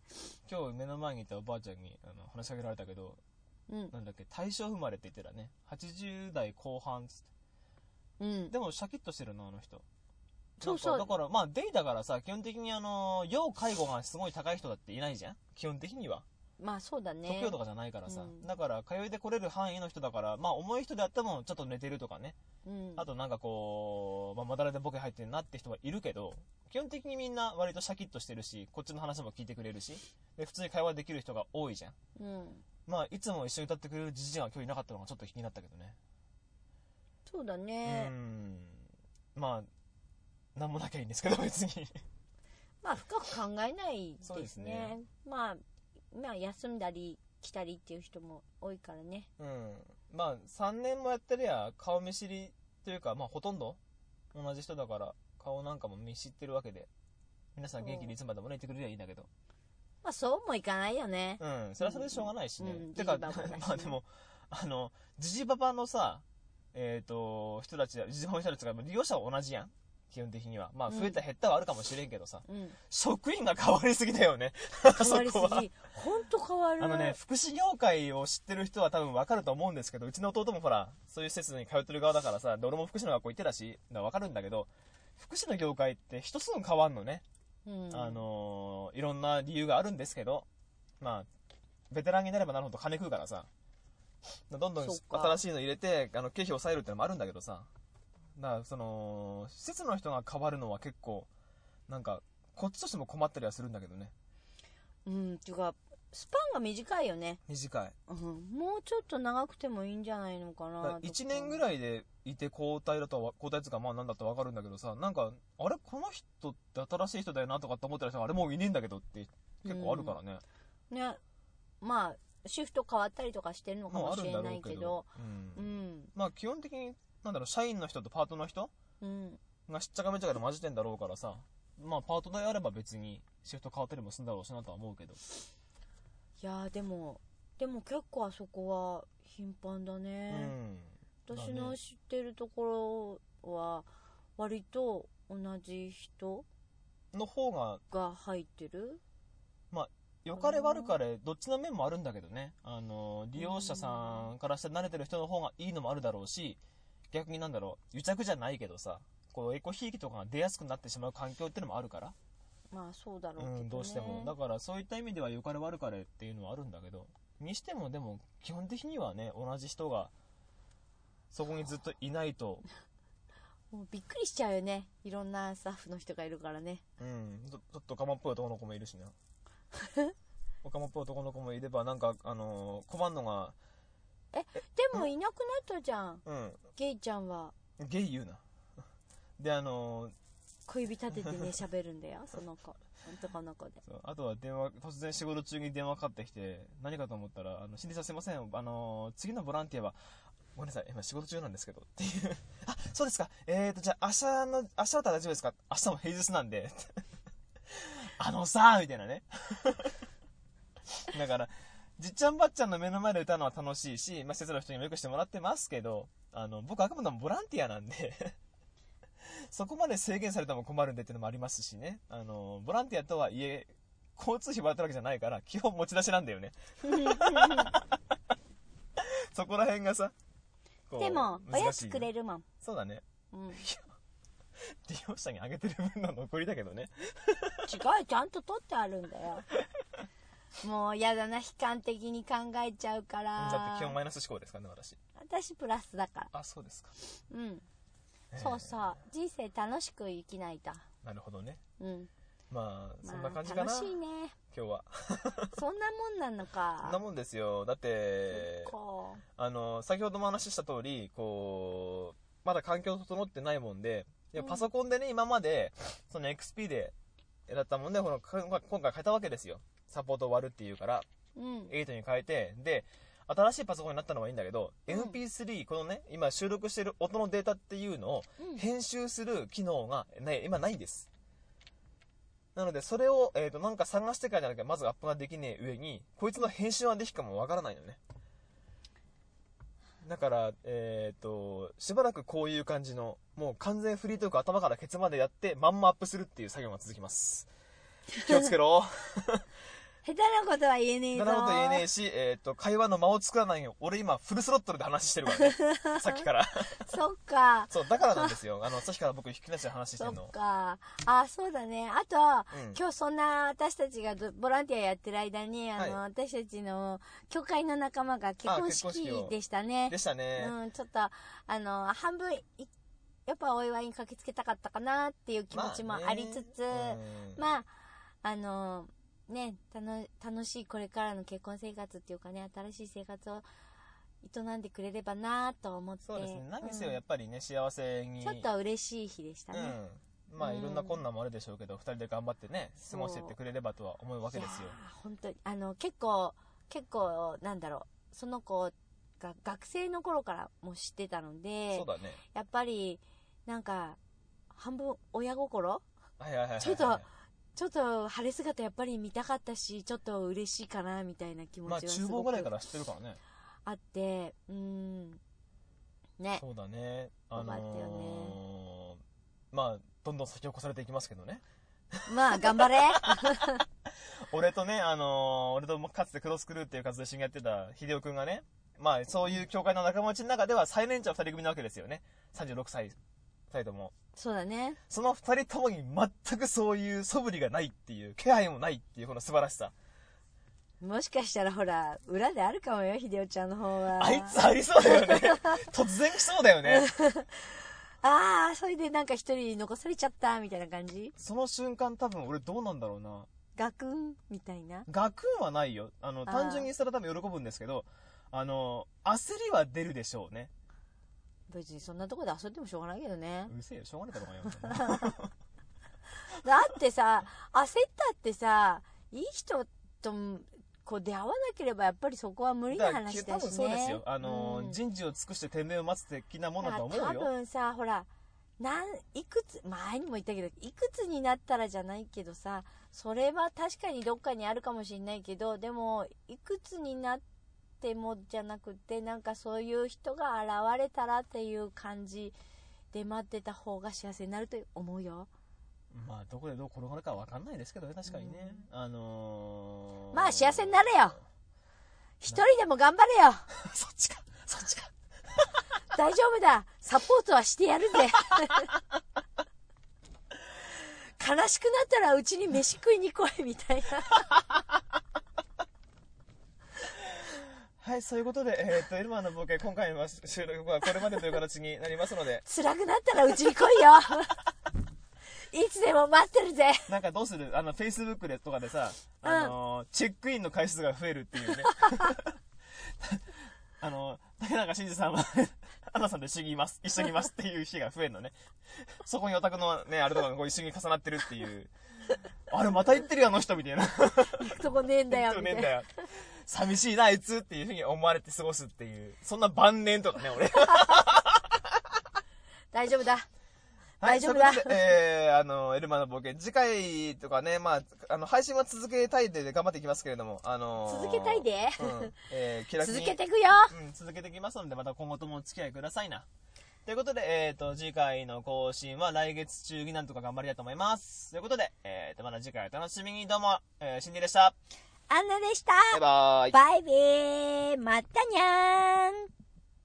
[SPEAKER 1] 今日目の前にいたおばあちゃんにあの話しかけられたけど、
[SPEAKER 2] うん
[SPEAKER 1] なんだっけ、大正生まれって言ってたね。80代後半っつっ
[SPEAKER 2] うん
[SPEAKER 1] て。でもシャキッとしてるな、あの人。
[SPEAKER 2] そうそう
[SPEAKER 1] なんかだから、まあ、デイだからさ、基本的にあの、要介護がすごい高い人だっていないじゃん基本的には。
[SPEAKER 2] まあそうだね
[SPEAKER 1] 特許とかじゃないからさ。
[SPEAKER 2] うん
[SPEAKER 1] だから、通いで来れる範囲の人だから、まあ、重い人であっても、ちょっと寝てるとかね。
[SPEAKER 2] うん
[SPEAKER 1] あとなんかこう、まあ、まだらでボケ入ってるなって人はいるけど、基本的にみんな割とシャキッとしてるし、こっちの話も聞いてくれるし、で、普通に会話できる人が多いじゃん。
[SPEAKER 2] うん
[SPEAKER 1] まあ、いつも一緒に歌ってくれるじじいが今日いなかったのがちょっと気になったけどね。
[SPEAKER 2] そうだ
[SPEAKER 1] う
[SPEAKER 2] ね
[SPEAKER 1] ー、ん。まあ、なんもなきゃいいんですけど、 別に。
[SPEAKER 2] まあ深く考えないです
[SPEAKER 1] そう
[SPEAKER 2] ね
[SPEAKER 1] ですね
[SPEAKER 2] まあまあ休んだり来たりっていう人も多いからね
[SPEAKER 1] うん。まあ、3年もやってりゃ、顔見知りというか、まあ、ほとんど同じ人だから、顔なんかも見知ってるわけで。皆さん元気にいつまでもね、いてくれりゃいいんだけど。
[SPEAKER 2] まあそうもいかないよね
[SPEAKER 1] うん。それはそれでしょうがないしね。
[SPEAKER 2] うん
[SPEAKER 1] てか、
[SPEAKER 2] ジジイババだしね
[SPEAKER 1] まあでも、あの、じじばばのさ、えっ、と、人たち、じじばばの人たちが、利用者は同じやん。基本的には。まあ、増えた減ったはあるかもしれんけどさ。
[SPEAKER 2] うん
[SPEAKER 1] 職員が変わりすぎだよね。あ
[SPEAKER 2] 変
[SPEAKER 1] そ
[SPEAKER 2] わりす
[SPEAKER 1] こは。
[SPEAKER 2] ぎ本当変わる
[SPEAKER 1] あのね、福祉業界を知ってる人は多分わかると思うんですけど、うちの弟もほら、そういう施設に通ってる側だからさ、で俺も福祉の学校行ってたし、わかるんだけど、福祉の業界って一つの変わんのね。
[SPEAKER 2] うん
[SPEAKER 1] あのーいろんな理由があるんですけど、まあ、ベテランになればなるほど金食うからさ、どんどん
[SPEAKER 2] そうか
[SPEAKER 1] 新しいの入れて、あの、経費を抑えるってのもあるんだけどさ、だから、その、施設の人が変わるのは結構、なんか、こっちとしても困ったりはするんだけどね。
[SPEAKER 2] うんっていうかスパンが短いよね、
[SPEAKER 1] 短い。
[SPEAKER 2] うん、もうちょっと長くてもいいんじゃないのか
[SPEAKER 1] だから
[SPEAKER 2] な
[SPEAKER 1] 1年ぐ
[SPEAKER 2] い
[SPEAKER 1] らいでいて交代だとは、交代つうかまあなんだとわかるんだけどさ、なんか、あれこの人って新しい人だよなとかって思ってる人があれもういねえんだけどって結構あるからね。
[SPEAKER 2] ねまあシフト変わったりとかしてるのか
[SPEAKER 1] もう
[SPEAKER 2] も
[SPEAKER 1] あ
[SPEAKER 2] し
[SPEAKER 1] るん
[SPEAKER 2] れ
[SPEAKER 1] だ
[SPEAKER 2] な
[SPEAKER 1] ろ
[SPEAKER 2] いうけ
[SPEAKER 1] け
[SPEAKER 2] ど
[SPEAKER 1] ど。うん
[SPEAKER 2] うん
[SPEAKER 1] まあ基本的に、なんだろう、社員の人とパートの人
[SPEAKER 2] うん
[SPEAKER 1] がしっちゃかめっちゃかで混じってんだろうからさ、まあパートであれば別にシフト変わったりもするんだろうしなとは思うけど。
[SPEAKER 2] いやーでもでも結構あそこは頻繁だ
[SPEAKER 1] う
[SPEAKER 2] ね、
[SPEAKER 1] ん。
[SPEAKER 2] 私
[SPEAKER 1] だ
[SPEAKER 2] の
[SPEAKER 1] ね
[SPEAKER 2] 知ってるところは割と同じ人
[SPEAKER 1] の方が
[SPEAKER 2] が入ってる
[SPEAKER 1] 良かれ悪かれどっちの面もあるんだけどねあの利用者さんからして慣れてる人の方がいいのもあるだろうし逆になんだろう癒着じゃないけどさこうエコひいきとかが出やすくなってしまう環境ってのもあるから
[SPEAKER 2] まあそうだろうけど、ね
[SPEAKER 1] うん、どうしても。だからそういった意味では良かれ悪かれっていうのはあるんだけど、にしてもでも基本的にはね、同じ人がそこにずっといない と、
[SPEAKER 2] もうびっくりしちゃうよねいろんなスタッフの人がいるからね
[SPEAKER 1] うん、ちょちょっとガマっぽい男の子もいるし な。おかまっぽい男の子もいれば、なんか、あのー困んのが、
[SPEAKER 2] でもいなくなったじゃん
[SPEAKER 1] う
[SPEAKER 2] ゲイちゃんは
[SPEAKER 1] ん、ゲイ言うな。で、あのー
[SPEAKER 2] 恋人立ててね 喋るんだよその子男の子で
[SPEAKER 1] そうあとは電話、突然仕事中に電話かかってきて、何かと思ったら、あの、心理さんすいません、あのー次のボランティアは、ごめんなさい、今仕事中なんですけど、っていう。あ、そうですか。えーと、じゃあ明日の、明日だったら大丈夫ですか明日も平日なんで。 あのさー、みたいなね。 だから、じっちゃんばっちゃんの目の前で歌うのは楽しいし、まあ、施設の人にもよくしてもらってますけど、あの、僕あくまでもボランティアなんで、 そこまで制限されても困るんでっていうのもありますしね。あの、ボランティアとはいえ、交通費もらってるわけじゃないから、基本持ち出しなんだよ ね。そこら辺がさ、こう
[SPEAKER 2] でもおやつ
[SPEAKER 1] 難
[SPEAKER 2] く
[SPEAKER 1] しい
[SPEAKER 2] れ
[SPEAKER 1] よ
[SPEAKER 2] るもん、
[SPEAKER 1] そうだね。
[SPEAKER 2] うん、違う
[SPEAKER 1] 利用者にあげてる分の残りだけどね。
[SPEAKER 2] ちゃんと取ってあるんだよ もうやだな悲観的に考えちゃう
[SPEAKER 1] だ
[SPEAKER 2] か
[SPEAKER 1] っ
[SPEAKER 2] ら
[SPEAKER 1] て基本マイナス思考ですからね、私。
[SPEAKER 2] 私プラスだから
[SPEAKER 1] あ、そうですか。
[SPEAKER 2] うんそうそう人生楽しく生きないと
[SPEAKER 1] なるほどね。
[SPEAKER 2] うん
[SPEAKER 1] まあ、そんな
[SPEAKER 2] まあ
[SPEAKER 1] 感じか
[SPEAKER 2] 楽
[SPEAKER 1] な、
[SPEAKER 2] し いね
[SPEAKER 1] 今日は。
[SPEAKER 2] そんなもんなの
[SPEAKER 1] そ
[SPEAKER 2] か
[SPEAKER 1] んなもんですよ。だって、
[SPEAKER 2] こ
[SPEAKER 1] あの、先ほども話しした通り、こう、まだ環境整ってないもんで、いや
[SPEAKER 2] うん
[SPEAKER 1] パソコンでね、今まで、その XP で、だったもんで、このか今回変えたわけですよ。サポート終わるっていうから、
[SPEAKER 2] ううん
[SPEAKER 1] 8に変えて、で、新しいパソコンになったのはいいんだけど、
[SPEAKER 2] うん
[SPEAKER 1] MP3、このね、今収録してる音のデータっていうのを、
[SPEAKER 2] うん
[SPEAKER 1] 編集する機能が、ね、今ないんです。なので、それを、えっ、と、なんか探してからじゃなきゃ、まずアップができねえ上に、こいつの編集はできるかもわからないのね。だから、えっ、と、しばらくこういう感じの、もう完全フリートーク頭からケツまでやって、まんまアップするっていう作業が続きます。気をつけ ろ。
[SPEAKER 2] 下手なことは言えねえ
[SPEAKER 1] そ
[SPEAKER 2] ぞ
[SPEAKER 1] んなこと言えねえし、えっ、と、会話の間を作らないよう、俺今フルスロットルで話してるからね。さっきから。
[SPEAKER 2] そっか
[SPEAKER 1] そう、だからなんですよ。あの、さっきから僕引き出して話して
[SPEAKER 2] そ
[SPEAKER 1] る
[SPEAKER 2] っ
[SPEAKER 1] の。
[SPEAKER 2] かあそうだねあと
[SPEAKER 1] うん
[SPEAKER 2] 今日そんな私たちがどボランティアやってる間にあの、
[SPEAKER 1] は
[SPEAKER 2] 私たちの教会の仲間が結婚
[SPEAKER 1] あ結婚
[SPEAKER 2] 式
[SPEAKER 1] 式を
[SPEAKER 2] でしたね
[SPEAKER 1] でしたね。
[SPEAKER 2] うん、ちょっとあの半分いやっぱお祝いに駆けつけたかったかなっていう気持ちもありつつ、
[SPEAKER 1] まあねうん
[SPEAKER 2] まあ、あの、ね、たの楽しいこれからの結婚生活っていうかね、新しい生活を営んでくれればなと思って。
[SPEAKER 1] そうですね。何にせ
[SPEAKER 2] う
[SPEAKER 1] よ
[SPEAKER 2] ん
[SPEAKER 1] やっぱりね、幸せに。
[SPEAKER 2] ちょっと嬉しい日でしたね。
[SPEAKER 1] うん。まあ、
[SPEAKER 2] うん
[SPEAKER 1] いろんな困難もあるでしょうけど、二人で頑張ってね、過ごしていってくれればとは思うわけです
[SPEAKER 2] い
[SPEAKER 1] よ
[SPEAKER 2] や。ー本当に、あの、結構、結構、なんだろう、その子が学生の頃からも知ってたので
[SPEAKER 1] そう、だね。
[SPEAKER 2] やっぱり、なんか、半分親心
[SPEAKER 1] はいはいはいはい。
[SPEAKER 2] ちょっとちょっと晴れ姿やっぱり見たかったし、ちょっと嬉しいかな、みたいな気持
[SPEAKER 1] ま
[SPEAKER 2] ちが
[SPEAKER 1] あ、
[SPEAKER 2] す
[SPEAKER 1] 厨
[SPEAKER 2] ご
[SPEAKER 1] 房
[SPEAKER 2] く
[SPEAKER 1] ぐらいから知ってるからね。
[SPEAKER 2] あってうーんね
[SPEAKER 1] そうだね。あ
[SPEAKER 2] 頑張って
[SPEAKER 1] のー、まあ、どんどん先を越されていきますけどね。
[SPEAKER 2] まあ頑張れ
[SPEAKER 1] 俺とね、あのー俺ともかつてクロスクルーっていう活動一緒にやってた秀夫くんがね、まあ、そういう教会の仲間内の中では最年長二人組なわけですよね。36歳、二人とも。
[SPEAKER 2] そうだね
[SPEAKER 1] その二人ともに全くそういう素振りがないっていう、気配もないっていうこの素晴らしさ。
[SPEAKER 2] もしかしたらほら裏であるかもよ秀夫ちゃんの方は
[SPEAKER 1] あいつありそうだよね。突然来そうだよね。
[SPEAKER 2] ああそれでなんか一人残されちゃったみたいな感じ
[SPEAKER 1] その瞬間多分俺どうなんだろうな。
[SPEAKER 2] ガクンみたいな
[SPEAKER 1] ガクンはないよ。あの、
[SPEAKER 2] あー
[SPEAKER 1] 単純にそれは多分喜ぶんですけど、あの、焦りは出るでしょうね。
[SPEAKER 2] 別にそんなとこで遊んでもしょうがないけどね
[SPEAKER 1] うるせえよ、しょうがないだろうがよ。
[SPEAKER 2] だってさ焦ったってさいい人とこう出会わなければやっぱりそこは無理な
[SPEAKER 1] だから
[SPEAKER 2] 話
[SPEAKER 1] 多
[SPEAKER 2] だしね
[SPEAKER 1] 分そうですよ。あの、
[SPEAKER 2] うん
[SPEAKER 1] 人事を尽くして天命を待つ的なものだと思う
[SPEAKER 2] まあ多
[SPEAKER 1] よ。
[SPEAKER 2] 分さほらなんいくつ前にも言ったけどいくつになったらじゃないけどさそれは確かにどっかにあるかもしれないけどでもいくつになってもじゃなくてなんかそういう人が現れたらっていう感じで待ってた方が幸せになると思うよ
[SPEAKER 1] まあ、どこでどう転がるかわかんないですけどね、確かにね。あのー、
[SPEAKER 2] まあ幸せになれよ一人でも頑張れよ
[SPEAKER 1] そっちか、そっちか。
[SPEAKER 2] 大丈夫だサポートはしてやるぜ 悲しくなったらうちに飯食いに来いみたいな
[SPEAKER 1] はい、そういうことで、えーっと、エルマーの冒険、今回の収録はこれまでという形になりますので、
[SPEAKER 2] 辛くなったらうちに来いよいつでも待ってるぜ
[SPEAKER 1] なんかどうするあの、Facebook でとかでさ、
[SPEAKER 2] うん
[SPEAKER 1] あのーチェックインの回数が増えるって いうね。あの、竹中慎二さんは、アナさんと一緒にいます、一緒にいますっていう日が増えるのね。そこにオタクのね、あれとかがこう一緒に重なってるっていう。あれ、また行ってるよ、あの人みたいな。
[SPEAKER 2] 行くとこねえんだよ
[SPEAKER 1] 本当
[SPEAKER 2] み
[SPEAKER 1] ね
[SPEAKER 2] た
[SPEAKER 1] えん
[SPEAKER 2] い
[SPEAKER 1] だ
[SPEAKER 2] な
[SPEAKER 1] よ。寂しいな、あいつっていうふうに思われて過ごすっていう。そんな晩年とかね、俺。
[SPEAKER 2] 大丈夫だ
[SPEAKER 1] はい
[SPEAKER 2] 大丈夫だ
[SPEAKER 1] そういうことでえー、あの、エルマの冒険、次回とかね、まあ、あの、配信は続けたいで頑張っていきますけれども、あのー
[SPEAKER 2] 続けたいで
[SPEAKER 1] うん。えー、気楽に
[SPEAKER 2] 続けていくよ
[SPEAKER 1] うん、続けていきますので、また今後ともお付き合いくださいな。ということで、えっ、と、次回の更新は来月中になんとか頑張りたいと思います。ということで、えっ、と、また次回お楽しみに、どうも、えー、シンディでした。
[SPEAKER 2] アンナでした
[SPEAKER 1] バイバーイ。
[SPEAKER 2] バイビーまたにゃーん